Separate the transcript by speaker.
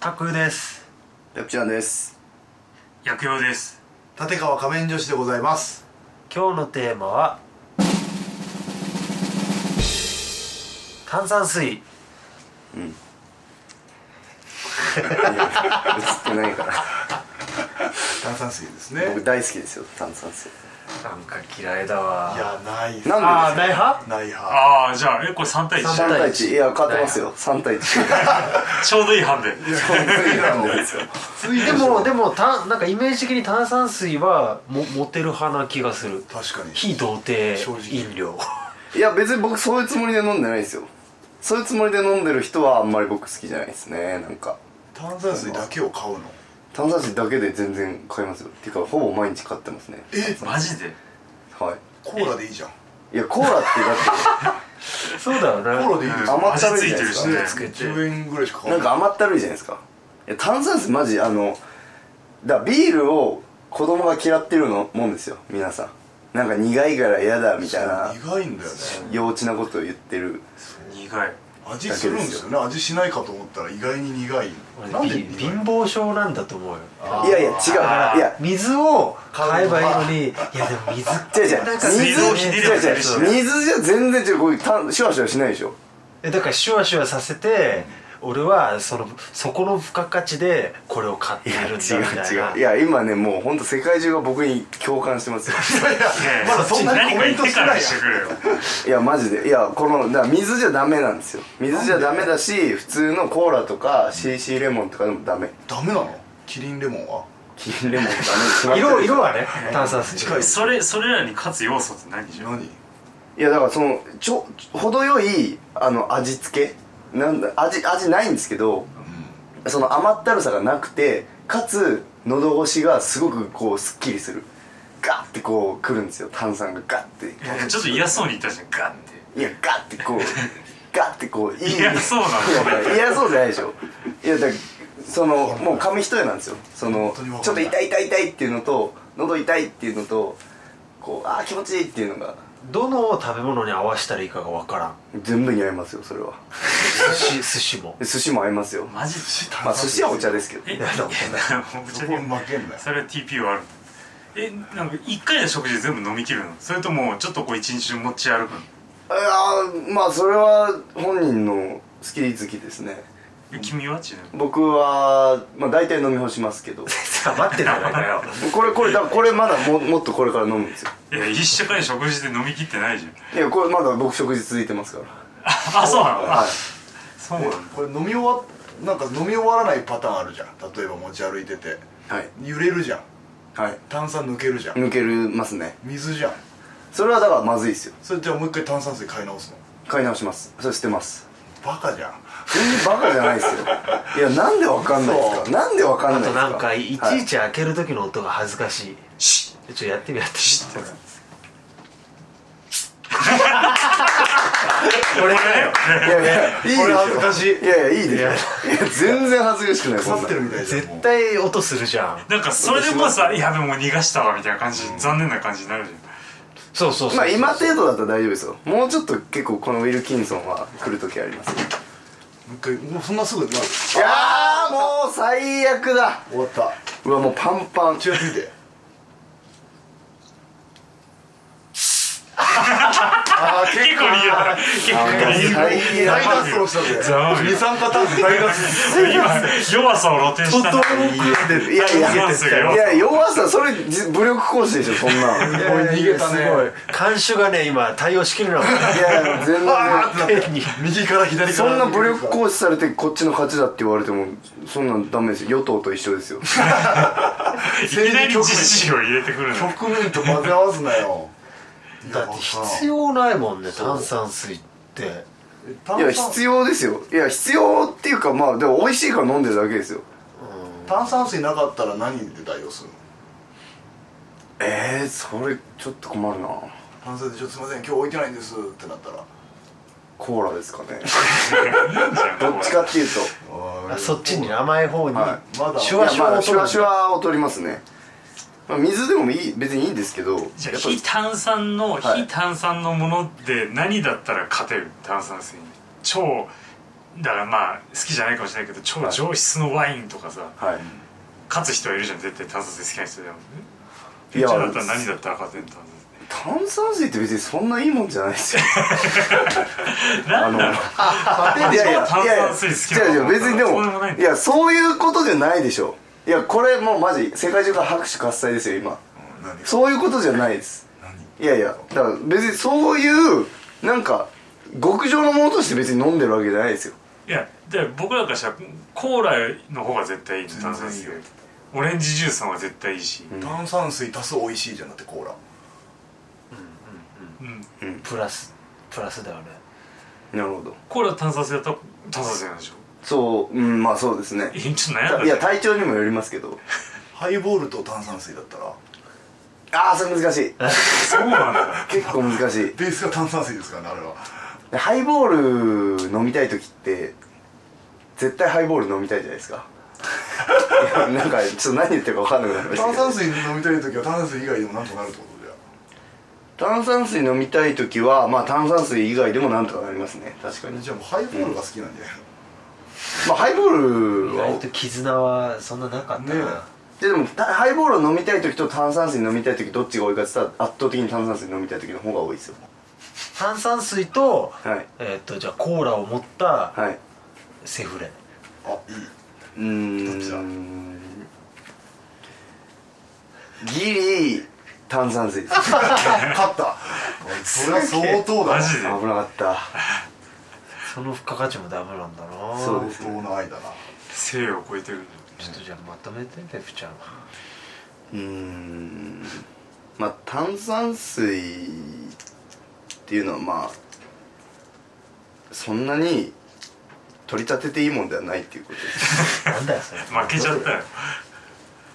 Speaker 1: タックルです
Speaker 2: ラプちゃんです
Speaker 3: 薬用です
Speaker 4: 立川仮面女子でございます
Speaker 1: 今日のテーマは炭酸水
Speaker 2: 映ってないから
Speaker 4: 炭酸水ですね
Speaker 2: 僕大好きですよ炭酸水
Speaker 1: なんか嫌いだわ
Speaker 4: いやないです
Speaker 2: なん
Speaker 1: ああ
Speaker 2: で
Speaker 1: ない派
Speaker 4: ない派
Speaker 3: ああじゃあえこれ3対
Speaker 2: ですか
Speaker 1: 三
Speaker 3: 1
Speaker 2: 3対1いや変わってますよ3対1
Speaker 3: ちょうどいい判で
Speaker 2: なんです よ
Speaker 1: でもでもたなんかイメージ的に炭酸水はもモテる派な気がする
Speaker 4: 確かに
Speaker 1: 非童貞
Speaker 4: 正直
Speaker 1: 飲料
Speaker 2: いや別に僕そういうつもりで飲んでないですよそういうつもりで飲んでる人はあんまり僕好きじゃないですねなんか
Speaker 4: 炭酸水だけを買うの
Speaker 2: 炭酸水だけで全然買いますよていうかほぼ毎日買ってますね
Speaker 3: マジで
Speaker 2: は
Speaker 4: コーラでいいじゃん
Speaker 2: いいやコーラって
Speaker 1: そうだよ
Speaker 4: コ
Speaker 1: ね
Speaker 4: ーラでいいです
Speaker 2: だって甘ったるいじゃないです
Speaker 3: 味ついて
Speaker 2: か
Speaker 3: るしね
Speaker 1: つけて
Speaker 4: 10円ぐらいしか買わ
Speaker 2: なん
Speaker 4: ない
Speaker 2: か甘ったるいじゃないですかいや炭酸水マジあのだビールを子供が嫌ってるのもんですよ皆さんなんか苦いから嫌だみたいな
Speaker 4: 苦いんだよね
Speaker 2: 幼稚なことを言ってる
Speaker 3: 苦い
Speaker 4: 味するんですよね味しないかと思ったら意外に苦いなん
Speaker 1: 俺
Speaker 4: で
Speaker 1: び
Speaker 4: 苦い
Speaker 1: 貧乏症なんだと思うよ
Speaker 2: いやいや違ういや
Speaker 1: 水を買えばいいのにいやでも水
Speaker 2: 違う違う
Speaker 1: なんか
Speaker 2: 水
Speaker 3: 水をひねれば
Speaker 2: 違う違う
Speaker 3: 出てきて
Speaker 2: 水じゃ全然違うこういうたシュワシュワしないでしょ
Speaker 1: えだからシュワシュワさせて、俺はそのそこの付加価値でこれを買っているんだみたいな
Speaker 2: や今ねもう本当世界中が僕に共感してますよ
Speaker 3: ねえ
Speaker 4: まだそんなに
Speaker 3: 何か言っ
Speaker 4: コメント
Speaker 3: て
Speaker 4: してな
Speaker 3: か
Speaker 4: い
Speaker 3: ら
Speaker 4: やん
Speaker 3: してくれよ
Speaker 2: いやマジでいやこのだから水じゃダメなんですよ水じゃダメだし普通のコーラとか CC レモンとかでもダメ
Speaker 4: ダメなのキリンレモンは
Speaker 2: キリンレモンダメに決まってる
Speaker 1: 色色はね炭酸水
Speaker 4: 近い
Speaker 3: それそれらに勝つ要素って何じゃん
Speaker 4: 何
Speaker 2: いやだからそのちょ程よいあの味付けなんだ味味ないんですけど、その甘ったるさがなくてかつ喉越しがすごくこうすっきりするガッてこうくるんですよ炭酸がガッて
Speaker 3: いやちょっと嫌そうに言ったじゃんガンって
Speaker 2: いやガッてこうガッてこういい
Speaker 3: 嫌そうなの
Speaker 2: いや嫌そうじゃないでしょいやだからそのもう紙一重なんですよその
Speaker 4: 当にわ
Speaker 2: ち
Speaker 4: か
Speaker 2: ょっ
Speaker 4: ん
Speaker 2: と
Speaker 4: ない
Speaker 2: 痛い痛い痛いっていうのと喉痛いっていうのとこうああ気持ちいいっていうのが
Speaker 1: どの食べ物に合わせたらいいかがわからん
Speaker 2: 全部に合いますよそれは
Speaker 1: 寿司寿司も
Speaker 2: で寿司も合いますよ
Speaker 3: マジで
Speaker 2: まあ寿司はお茶ですけど
Speaker 3: えい
Speaker 2: い
Speaker 3: やお
Speaker 4: そ
Speaker 3: 茶
Speaker 4: こ
Speaker 3: に
Speaker 4: に負けんなよ
Speaker 3: それは TP はあるえなんか1回の食事で全部飲み切るのそれともちょっとこう一日中持ち歩くの
Speaker 2: やーまあそれは本人の好き好きですね
Speaker 3: え君はちなみに
Speaker 2: 僕はまあ大体飲み干しますけど
Speaker 1: さあ待ってたからよ
Speaker 2: これこれだこれまだももっとこれから飲むんですよ
Speaker 3: いや一週間の食事で飲み切ってないじゃん
Speaker 2: いやこれまだ僕食事続いてますから
Speaker 3: あそうなのあ
Speaker 2: はい
Speaker 3: そうなの
Speaker 4: これ飲み終わなんか飲み終わらないパターンあるじゃん例えば持ち歩いてて
Speaker 2: はい
Speaker 4: 揺れるじゃん
Speaker 2: はい
Speaker 4: 炭酸抜けるじゃん
Speaker 2: 抜けるますね
Speaker 4: 水じゃん
Speaker 2: それはだからまずいですよ
Speaker 4: それじゃあもう一回炭酸水買い直すの
Speaker 2: 買い直しますそれ捨てます
Speaker 4: バカじゃん
Speaker 2: 全然バカじゃないですよいやなんでわかんないです
Speaker 4: そ
Speaker 2: かなんでわかんな
Speaker 1: あ
Speaker 2: いです
Speaker 1: と
Speaker 2: か
Speaker 1: なんかいち
Speaker 2: はい
Speaker 1: ち開ける時の音が恥ずかしい
Speaker 3: シ
Speaker 1: ちょっとやってみやってみ
Speaker 3: シッて
Speaker 1: 俺だよ
Speaker 2: いやいやいいでしょ
Speaker 4: これ恥ずかしい
Speaker 2: いやいやいいでしょいや全然恥ずかしくないそんな
Speaker 4: 腐ってるみたいじゃんもう
Speaker 1: 絶対音するじゃん
Speaker 3: なんかそれでもうさ「いやでも逃がしたわ」みたいな感じ残念な感じになるじゃん
Speaker 1: そうそうそう
Speaker 2: まあ今程度だったら大丈夫ですよもうちょっと結構このウィルキンソンは来る時ありますよ
Speaker 4: もう一回もうそんなすぐなる
Speaker 2: いやーもう最悪だ
Speaker 4: 終わった
Speaker 2: うわもうパンパン
Speaker 4: 違ってみ てあー
Speaker 3: 結構逃げた結構逃げた
Speaker 4: 大大脱走した
Speaker 3: ざわ
Speaker 4: ぜ
Speaker 3: め
Speaker 4: 二酸化炭素大脱走
Speaker 3: 今弱さを露呈したな
Speaker 2: でいやいやい
Speaker 3: 逃げてったよ
Speaker 2: や弱さそれじ武力行使でしょそんなのい
Speaker 4: すごい逃げたね
Speaker 1: すごい看守がね今対応しきれなかった
Speaker 2: やいや全
Speaker 4: あ
Speaker 2: 然
Speaker 4: ーってなって
Speaker 1: に
Speaker 4: 右から左から
Speaker 2: そんな武力行使されてこっちの勝ちだって言われてもそんなんダメですよ与党と一緒ですよ
Speaker 3: いきなり実施を入れてくるの
Speaker 4: 局面と混ぜ合わすなよ
Speaker 1: だって必要ないもんね炭酸水って
Speaker 2: いや必要ですよいや必要っていうかまあでも美味しいから飲んでるだけですよ
Speaker 4: 炭酸水なかったら何で代用するの
Speaker 2: えー、それちょっと困るな
Speaker 4: 炭酸水ちょっとすいません今日置いてないんですってなったら
Speaker 2: コーラですか ね
Speaker 3: ど
Speaker 2: どっちかっていうと
Speaker 1: あそっちに甘い方に、
Speaker 2: は
Speaker 4: まだ
Speaker 1: シュ
Speaker 2: い
Speaker 1: ワ
Speaker 2: や
Speaker 1: シュ
Speaker 2: ま
Speaker 1: ワ
Speaker 2: あ
Speaker 1: を
Speaker 2: シ
Speaker 1: 取る
Speaker 2: ュ
Speaker 1: ん
Speaker 2: ワ
Speaker 1: だ
Speaker 2: シュワを取りますね、まあ、水でもいい別にいいんですけどやっ
Speaker 3: じゃあ
Speaker 2: ぱ
Speaker 3: 非炭酸の、
Speaker 2: はい
Speaker 3: 非炭酸のもので何だったら勝てる炭酸水に超だからまあ好きじゃないかもしれないけど超上質のワインとかさ
Speaker 2: はい
Speaker 3: 勝つ人はいるじゃん絶対炭酸水好きな人でも
Speaker 2: い
Speaker 3: ピッチ
Speaker 2: や
Speaker 3: ャーだったら何だったら勝てん炭酸
Speaker 2: 炭酸水って別にそんないいもんじゃないですよ
Speaker 3: 水何なの
Speaker 2: いやいや
Speaker 3: 炭酸水好きな
Speaker 2: いや
Speaker 3: の
Speaker 2: いや違う違う別にで
Speaker 3: そうでもないん
Speaker 2: も
Speaker 3: だ
Speaker 2: いやそういうことじゃないでしょいやこれもうマジ世界中が拍手喝采ですよ今
Speaker 4: 何
Speaker 2: そういうことじゃないですいやいやだから別にそういうなんか極上のものとして別に飲んでるわけじゃないですよ
Speaker 3: いやで僕らからしたらコーラの方が絶対いいの炭酸水よりオレンジジュースの方が絶対いいし、
Speaker 4: 炭酸水足す美味しいじゃなくてコーラ
Speaker 3: うん
Speaker 1: プラスプラスだよね
Speaker 2: なるほど
Speaker 3: コーラ炭酸水だったら炭酸水なんでしょ
Speaker 2: そううんまあそうですね
Speaker 3: えちょっと悩んだ
Speaker 2: いや体調にもよりますけど
Speaker 4: ハイボールと炭酸水だったら
Speaker 2: ああそれ難し い
Speaker 3: そうなんだ
Speaker 2: 結構難しい
Speaker 4: ベースが炭酸水ですからねあれは
Speaker 2: でハイボール飲みたい時って絶対ハイボール飲みたいじゃないです かいやなんかちょっと何言ってるか分かんなくなりました
Speaker 4: 炭
Speaker 2: けど
Speaker 4: 酸水飲みたい時は炭酸水以外でもなんとかなるってことじゃ
Speaker 2: 炭酸水飲みたい時はまあ炭酸水以外でもなんとかなりますね確かに
Speaker 4: じゃあもうハイボールが好きなんじゃないの、
Speaker 2: まあハイボー
Speaker 1: 意
Speaker 2: ルは
Speaker 1: 外と絆はそんななかったな、
Speaker 4: ね
Speaker 2: ででもたハイボール飲みたい時と炭酸水飲みたい時どっちが多いかって言ったら圧倒的に炭酸水飲みたい時の方が多いですよ
Speaker 1: 炭酸水と,、
Speaker 2: はい
Speaker 1: えーっとじゃあコーラを持った
Speaker 2: はい
Speaker 1: セフレ
Speaker 4: あいいう
Speaker 2: ーん
Speaker 4: どっちだ
Speaker 2: ギリ炭酸水です
Speaker 4: 勝ったおいそれは相当だ
Speaker 3: マ
Speaker 4: な
Speaker 3: ジ
Speaker 2: 危
Speaker 3: で
Speaker 2: なかった
Speaker 1: その付加価値もダメなんだな
Speaker 2: そうです
Speaker 4: 相当な愛だな
Speaker 3: 生を超えてる
Speaker 1: ちょっとじゃあまとめてペプちゃん
Speaker 2: うーんまあ炭酸水っていうのはまあそんなに取り立てていいもんではないっていうことです
Speaker 1: なんだよそれ
Speaker 3: 負けちゃったよ